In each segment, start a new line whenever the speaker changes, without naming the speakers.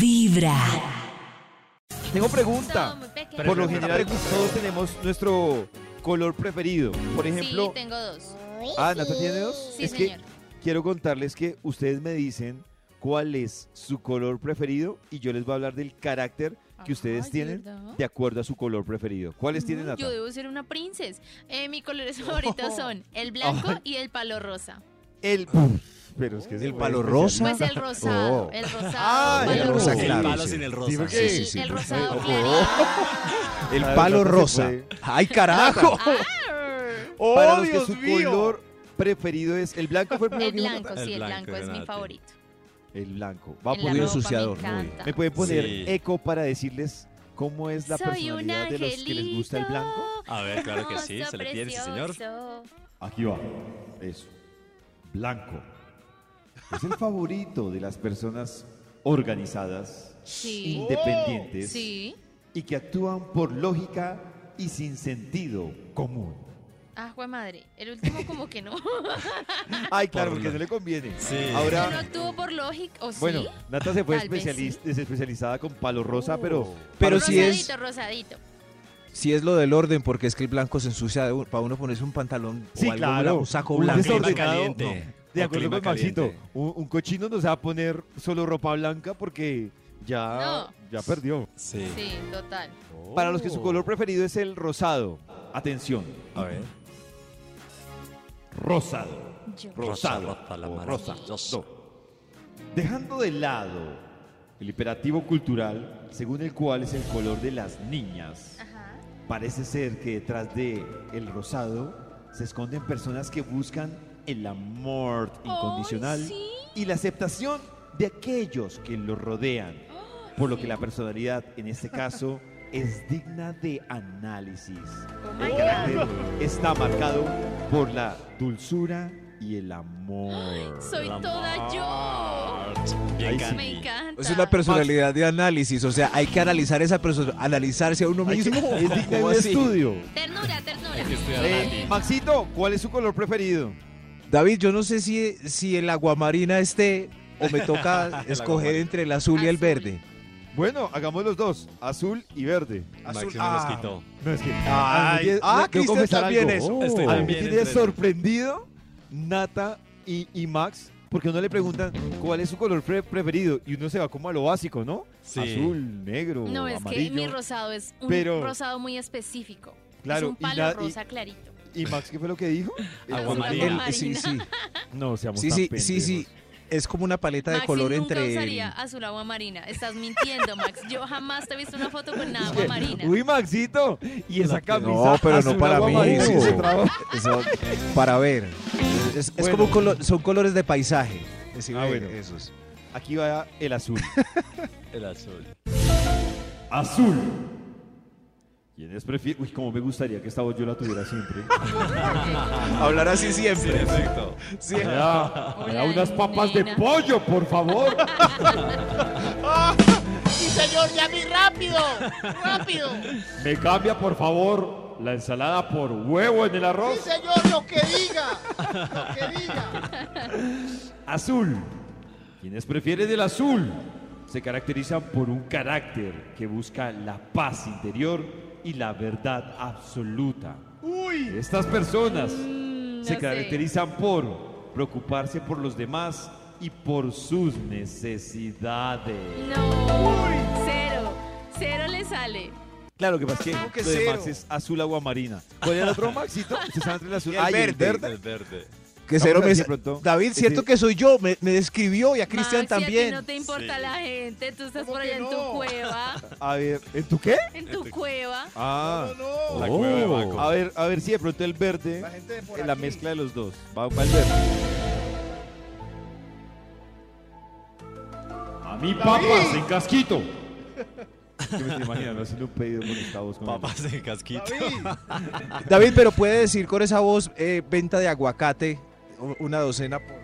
Vibra.
Tengo pregunta.
Son muy pequeños.
Por lo general todos tenemos nuestro color preferido. Por
sí,
ejemplo,
tengo dos.
ah, Nata tiene dos.
Sí,
es
señor.
que quiero contarles que ustedes me dicen cuál es su color preferido y yo les voy a hablar del carácter que ustedes
Ay,
tienen
¿verdad? Mm,
de acuerdo a su color preferido. ¿Cuáles tienen Nata?
Yo debo ser una princesa. Eh, mis colores favoritos son el blanco
Ay.
y el palo rosa.
El pero es que
¿El
se
palo
puede
rosa?
especial.
Pues el rosado,
Oh.
el rosado,
Ah,
palo
el rosa,
rosa.
claro.
el palo
sí.
sin el rosa.
Sí,
Sí,
porque-
Sí,
sí,
el
sí.
rosado
Oh.
clarito.
El
Claro,
palo
Nata se
rosa.
fue.
¡Ay, carajo!
Arr.
Para los que su color preferido es el blanco fue el primero
El
que dijo
blanco,
Nata.
sí, el
El
blanco
blanco,
es mi
Renate.
favorito.
El blanco. Va a
En la
poner
ropa me
ensuciador, muy bien.
encanta.
¿Me puede poner
Sí.
eco para decirles cómo es la
Soy un
personalidad de los que les gusta el blanco?
angelito,
A ver, claro que sí,
hermoso,
se le pide, sí, señor.
precioso.
Aquí va. Eso. Blanco. Es el favorito de las personas organizadas,
Sí,
independientes
sí.
y que actúan por lógica y sin sentido común.
Ah, jue madre. El último como que no.
Ay, claro,
Por
porque
lo-
no le conviene.
Sí.
Yo no
Ahora,
actúo por lógica, ¿o sí?
bueno, Nata se fue
Tal vez Uh.
especialis- especializada con palo rosa, pero...
Pero
palo
si
rosa-
es-
rosadito, rosadito.
Si es lo del orden, porque es que el blanco se ensucia para uno ponerse un pantalón
Sí,
o algo
claro.
blanco, un saco
Un
blanco.
desorden.
Clima
desordenado,
caliente.
De
O
acuerdo
clima
con Maxito,
caliente.
un, un cochino no se va a poner solo ropa blanca porque ya, ya perdió.
Sí.
Sí, total.
Para los que su color preferido es el rosado, atención,
A ver.
rosado,
Yo.
rosado,
rosa, la
o
maravillosa.
rosado. Dejando de lado el imperativo cultural según el cual es el color de las niñas,
Ajá.
parece ser que detrás de el rosado se esconden personas que buscan el amor incondicional.
Ay, sí.
y la aceptación de aquellos que lo rodean. Oh, Por lo que la personalidad, en este caso, es digna de análisis.
Oh my
El
God.
carácter está marcado por la dulzura y el amor.
Soy toda yo.
Ahí
Bien,
sí.
Candy.
Me encanta.
Es una personalidad de análisis, o sea, hay que analizar esa persona, analizarse a uno
Hay que-
mismo.
es digna de
¿Cómo
un
así?
estudio.
Ternura, ternura.
Hay que estudiar a
Eh,
Nati.
Maxito, ¿cuál es su color preferido?
David, yo no sé si, si el aguamarina esté o me toca escoger
aguamarina.
entre el azul y el
Azul.
verde.
Bueno, hagamos los dos, azul y verde.
Azul.
Maxi no nos
Ah.
quitó.
No es que.
Ay,
Ay,
ah,
debo
Cristian
confesar
también
algo.
eso.
Estoy
A mí
bien
me tiene
entre-
sorprendido Nata y, y Max porque uno le preguntan cuál es su color pre- preferido y uno se va como a lo básico, ¿no?
Sí.
Azul, negro,
No, es
amarillo.
que mi rosado es un
Pero-
rosado muy específico.
Claro,
es un
y na-
palo
y-
rosa clarito.
¿Y Max qué fue lo que dijo?
Aguamarina.
El- sí, sí,
No, seamos
sí,
tan
sí, sí,
pendejos.
sí. Es como una paleta de
Maxi
color
nunca
entre. el-
usaría azul agua marina. Estás mintiendo, Max. Yo jamás te he visto una foto con nada agua
¿Qué?
marina.
Uy, Maxito, y esa camisa.
No, pero no
azul
para
agua
mí.
marino que se
no.
trajo.
Eso, para ver. Es, es
Bueno.
como un colo- son colores de paisaje. Es decir,
Ah, bueno.
esos.
Aquí va el azul.
El azul.
Azul. ¿Quién es prefiere? Uy, como me gustaría que esta voz yo la tuviera siempre.
Hablar así siempre.
Perfecto.
Allá,
Hola, unas papas de nena.
pollo, por favor.
Sí, señor, ya vi rápido, rápido.
Me cambia, por favor, la ensalada por huevo en el
Sí,
arroz.
señor, lo que diga, lo que diga.
Azul. Quienes prefieren el azul se caracterizan por un carácter que busca la paz interior y la verdad absoluta.
Uy,
Estas personas se
Mm, no sé.
caracterizan por preocuparse por los demás y por sus necesidades.
No. Cero. Cero le sale.
Claro, que pasa es que,
que
lo de
cero?
Max es azul aguamarina. ¿Cuál era el otro Maxito? ¿Usted sabe entre el azul
Y el
Ah, y
verde.
El verde.
Que
Vamos
cero
a
me
ver si
dice,
pronto
David,
ese-
cierto que soy yo, me, me describió y a Cristian
Maxi, a ti
también.
no te importa
Sí.
la gente. Tú estás
¿Cómo
por
que
allá en
no? Este-
tu cueva.
A ver, ¿en tu qué?
En tu cueva.
Ah.
no, no.
La cueva
Oh.
de Baco.
A ver, a ver si de pronto el verde
La gente de por
en la
aquí.
mezcla de los dos. Va, va el verde. A mi papas en casquito. ¿Qué me estoy imaginando haciendo un pedido con esta voz? con el-
Papas en casquito.
David,
David, pero puede decir con esa voz eh, venta de aguacate, u- una docena. por-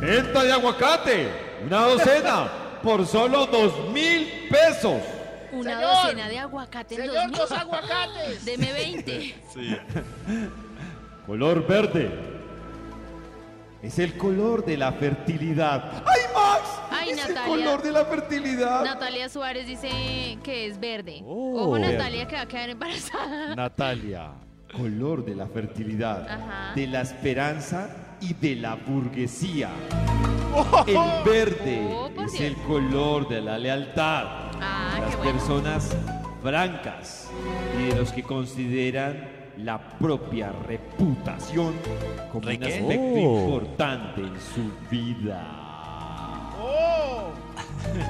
Venta de aguacate, una docena, por solo dos mil pesos.
Una
Señor.
docena de aguacate en
señor,
dos
dos
mil.
aguacates.
Deme 20.
Sí.
Color verde. Es el color de la fertilidad. ¡Ay, Max!
Ay,
Es el
Natalia.
color de la fertilidad.
Natalia Suárez dice que es verde.
Oh.
Ojo,
Verde.
Natalia, que va a quedar embarazada.
Natalia, color de la fertilidad,
Ajá.
de la esperanza y de la burguesía. El verde
Oh, por
es
Dios.
el color de la lealtad.
Ah,
las
qué bueno.
personas francas y de los que consideran la propia reputación como un
¿Requé?
aspecto
Oh.
importante en su vida. Oh.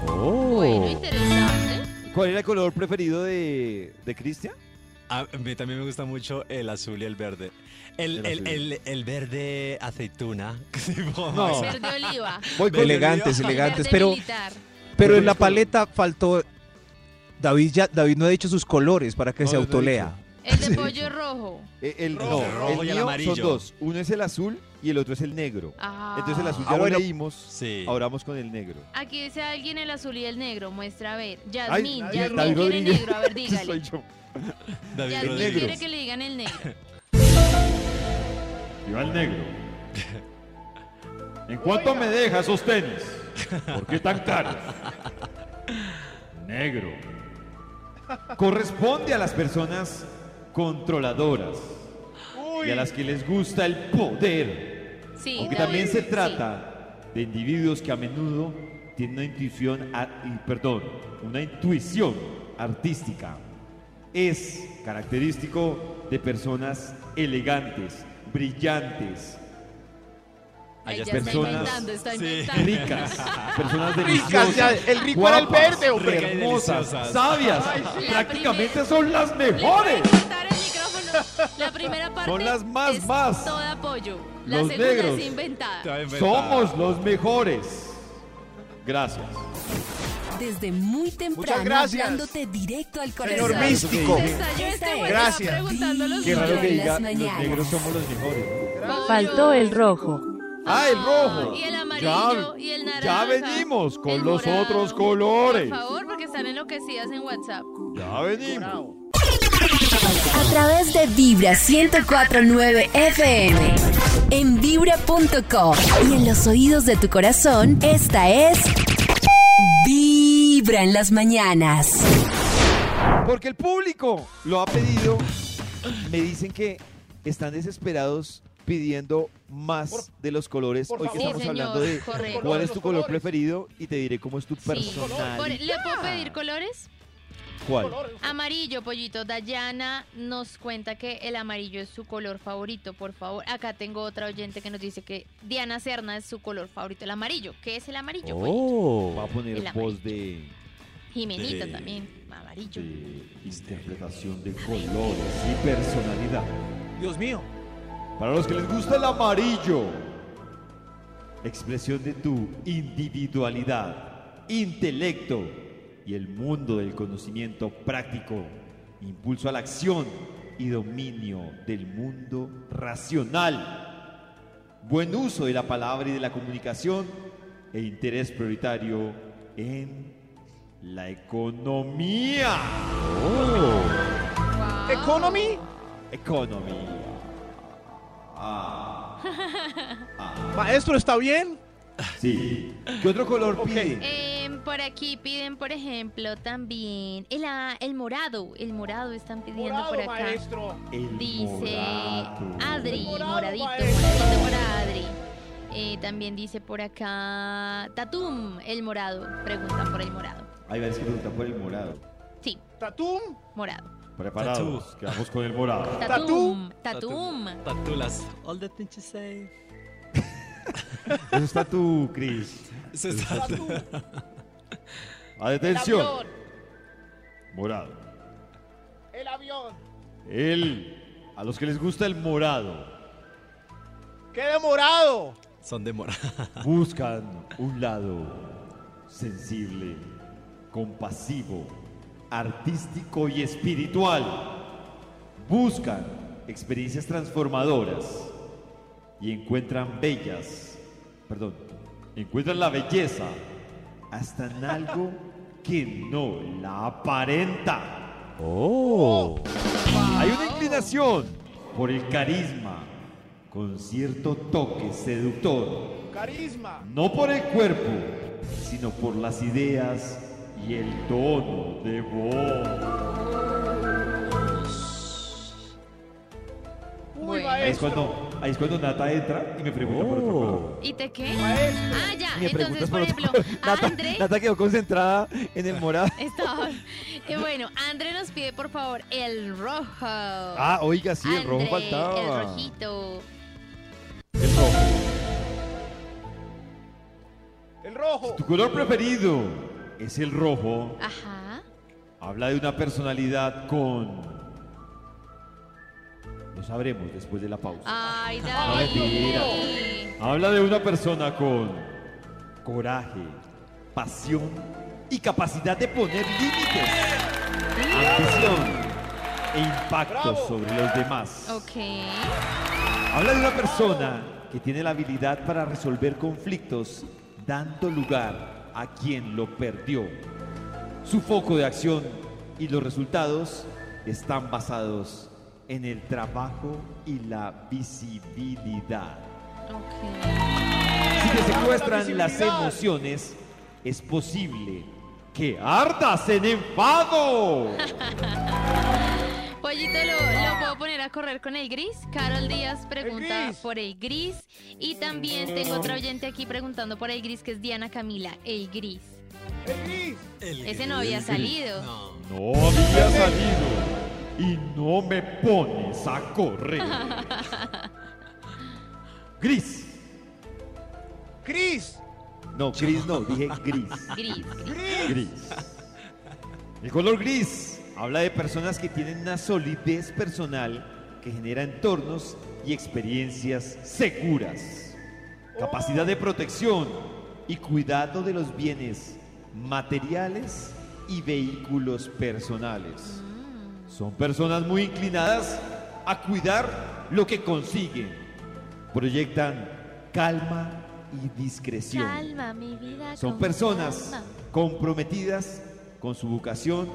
Bueno, interesante.
¿Cuál era el color preferido de, de Cristian?
A mí también me gusta mucho el azul y el verde. El,
El
el,
azul.
el, el verde aceituna. Tipo,
No.
Max.
Verde oliva.
Voy con
elegantes,
el mío.
elegantes,
Verde
pero,
militar.
pero en
Yo
la
creo-
paleta faltó... David, ya, David no ha dicho sus colores para que
No,
se
no he dicho.
autolea.
El de pollo rojo.
Eh, El,
Rojo,
no,
el rojo
el
y el
mío
amarillo.
son dos. Uno es el azul y el otro es el negro.
Ah.
Entonces el azul ya
Ah,
lo
bueno.
leímos.
Sí.
Ahora vamos con el negro.
Aquí dice alguien el azul y el negro. Muestra a ver.
Ay,
Yasmín,
nadie-
Yasmín
David
quiere
Rodríguez.
negro. A ver, dígale.
Soy yo.
David
Yasmín
negro.
quiere que le digan el negro.
Yo al negro. ¿En cuánto me deja esos tenis? ¿Por qué tan caros? Negro. Corresponde a las personas controladoras y a las que les gusta el poder.
Sí,
Aunque
David,
también se
sí.
trata de individuos que a menudo tienen una intuición, a- y, perdón, una intuición artística. Es característico de personas elegantes, brillantes,
Ella
Allá
está
personas-
inventando, está
Sí.
inventando.
ricas, personas deliciosas,
Ricas, ya, el rico era el
guapas,
verde, hombre.
Ricas y
hermosas,
deliciosas.
sabias,
sí.
prácticamente son las
Le voy a
mejores.
quitar el micrófono. La primera parte
Son las más,
es
más.
toda apoyo. La
Los
segunda
negros.
es inventada.
Somos los mejores. Gracias.
Desde muy temprano,
Muchas gracias.
hablándote directo al corazón.
Señor místico.
Se extrañó este
Esta es-
güey,
Gracias.
estaba preguntando los
Qué raro
nombres.
que diga, las "Los mañanas". negros
somos los mejores.
Pollo.
Faltó el rojo.
Ah, el rojo.
Y el amarillo y el naranja.
Ya venimos con
el
los
morado.
otros colores.
Por favor, porque están enloquecidas en WhatsApp.
Ya venimos.
A través de Vibra 104.9 FM. En Vibra.com. Y en los oídos de tu corazón, esta es... Vibra en las mañanas.
Porque el público lo ha pedido. Me dicen que están desesperados pidiendo más de los colores.
por
Hoy que
favor.
estamos
Sí, señor,
hablando de
correcto.
cuál es tu
Los
color
colores.
preferido y te diré cómo es tu personalidad.
Por- ¿Le puedo pedir colores?
¿Cuál?
Amarillo, pollito. Dayana nos cuenta que el amarillo es su color favorito, por favor. Acá tengo otra oyente que nos dice que Diana Serna es su color favorito, el amarillo. ¿Qué es el
Oh,
amarillo? pollito?
Va a
El
poner
amarillo.
voz de,
Jimenita
De-
también, amarillo.
de interpretación de colores y personalidad.
Dios mío.
Para los que les gusta el amarillo, expresión de tu individualidad, intelecto y el mundo del conocimiento práctico, impulso a la acción y dominio del mundo racional, buen uso de la palabra y de la comunicación e interés prioritario en la economía.
Oh.
Economy.
Economía. Ah.
Maestro, ¿está bien?
Sí. ¿Qué otro color piden?
Eh, por aquí piden, por ejemplo, también el, a- el morado. El morado están pidiendo por
Morado,
acá.
maestro.
El
Dice
morado.
Adri,
El morado,
moradito,
maestro.
moradito para Adri. Eh, también dice por acá Tatum, el morado. Preguntan por el morado.
Hay veces que preguntan por el morado.
Sí,
Tatum.
morado.
Preparados. Quedamos con el morado.
Tatum, Tatum.
Tatulas. All the things you say.
Eso está tú, Chris.
Se está-
A
El
detención.
avión.
Morado.
El avión.
El. A los que les gusta el morado,
¡Qué demorado!
Son de mora.
buscan un lado sensible, compasivo, artístico y espiritual. Buscan experiencias transformadoras y encuentran bellas, perdón, encuentran la belleza hasta en algo que no la aparenta. Hay una inclinación por el carisma con cierto toque seductor,
Carisma.
no por el cuerpo, sino por las ideas y el tono de voz.
Uy,
Bueno.
Ahí es
maestro.
cuando, ahí es cuando Nata entra y me pregunta por otro lado.
¿Y te qué?
Maestro.
Ah, ya.
Me
Entonces,
preguntas
por ejemplo,
otro- Nata,
André.
Nata quedó concentrada en el morado.
Estaba. Eh, bueno, André nos pide, por favor, el rojo.
Ah, oiga, sí, el rojo
André,
faltaba.
El rojito.
El rojo.
El rojo.
Tu color preferido es el rojo.
Ajá.
Habla de una personalidad con... Lo sabremos después de la pausa.
Ah.
Ay,
Ay,
David.
mira. Habla de una persona con coraje, pasión y capacidad de poner límites, ambición e impacto
Bravo.
sobre los demás.
Ok.
Habla de una persona que tiene la habilidad para resolver conflictos dando lugar a quien lo perdió. Su foco de acción y los resultados están basados en el trabajo y la visibilidad.
Ok.
Si te secuestran
La
las
visibilidad.
emociones, es posible que ardas en enfado.
Pollito, ¿lo, lo puedo poner a correr con el gris? Carol Díaz pregunta
gris.
por el gris. Y también tengo otra oyente aquí preguntando por el gris, que es Diana Camila. El gris.
El gris.
Ese no había salido.
No había salido y no me pones a correr. Gris.
Cris.
No, gris no, dije gris.
Gris.
Gris. El color gris habla de personas que tienen una solidez personal que genera entornos y experiencias seguras. Capacidad de protección y cuidado de los bienes materiales y vehículos personales. Son personas muy inclinadas a cuidar lo que consiguen. Proyectan calma y discreción.
Calma, mi vida.
Son
con
personas
calma.
comprometidas con su vocación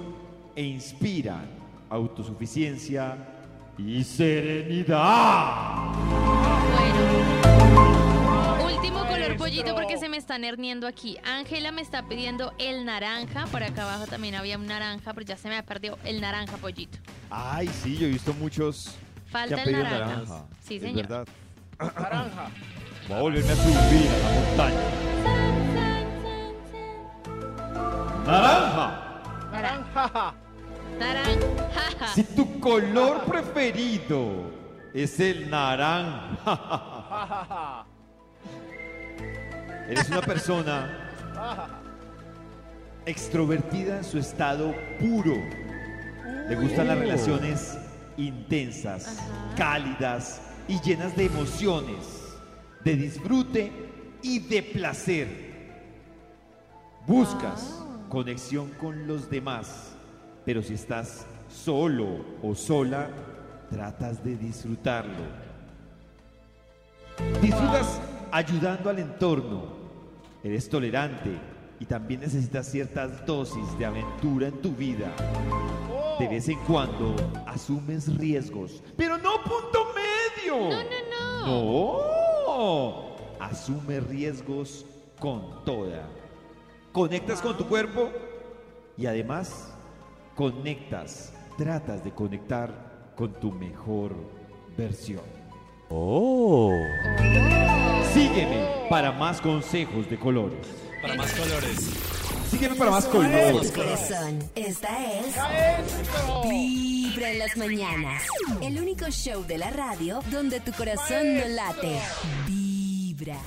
e inspiran autosuficiencia y serenidad.
Bueno. Último color pollito porque se me están herniendo aquí. Ángela me está pidiendo el naranja. Por acá abajo también había un naranja, pero ya se me ha perdido el naranja pollito.
Ay, sí, yo he visto muchos.
Falta
que han
el
pedido
naranja.
naranja.
Sí,
Es
señor.
verdad.
Naranja.
Voy a volverme a subir a la montaña. Naranja.
Naranja.
Naranja.
Naranja.
Si tu color preferido es el naranja, eres una persona extrovertida en su estado puro. Le gustan las relaciones intensas,
Ajá.
cálidas y llenas de emociones, de disfrute y de placer. Buscas
Wow.
conexión con los demás, pero si estás solo o sola, tratas de disfrutarlo. Disfrutas ayudando al entorno. Eres tolerante y también necesitas ciertas dosis de aventura en tu vida.
Oh.
De vez en cuando asumes riesgos, pero no punto medio.
No, no, no.
No. Asume riesgos con toda. Conectas con tu cuerpo y además conectas, tratas de conectar con tu mejor versión. Sígueme para más consejos de colores.
Para más colores.
Sígueme para más
de
colores.
tu corazón. Esta es
Maestro.
Vibra en las mañanas. El único show de la radio donde tu corazón no late. Vibra.